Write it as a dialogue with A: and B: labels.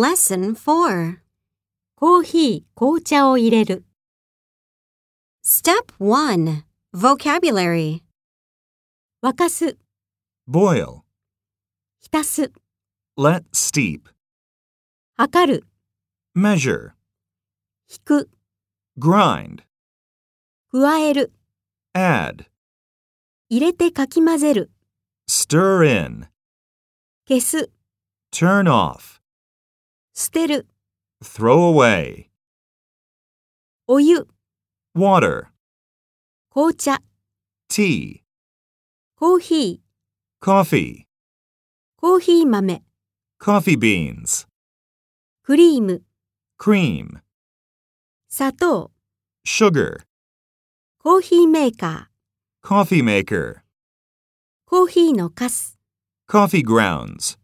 A: Lesson 4
B: コーヒー、紅茶を入れる。
A: Step 1 Vocabulary
B: 沸かす、
C: Boil.
B: 浸す、
C: Let steep.
B: 測る、
C: Measure.
B: 引く、
C: Grind.
B: 加える、
C: Add.
B: 入れてかき混ぜる、
C: Stir in.
B: 消す、
C: Turn off.
B: 捨てる、
C: Throw away.
B: お湯、
C: Water.
B: 紅茶、
C: Tea.
B: コーヒ
C: Coffee.
B: ー、コーヒー豆、
C: Coffee beans.
B: クリーム、
C: Cream.
B: 砂糖、
C: Sugar.
B: コーヒーメーカ
C: Coffee maker.
B: ー、コーヒーのカス。
C: Coffee grounds.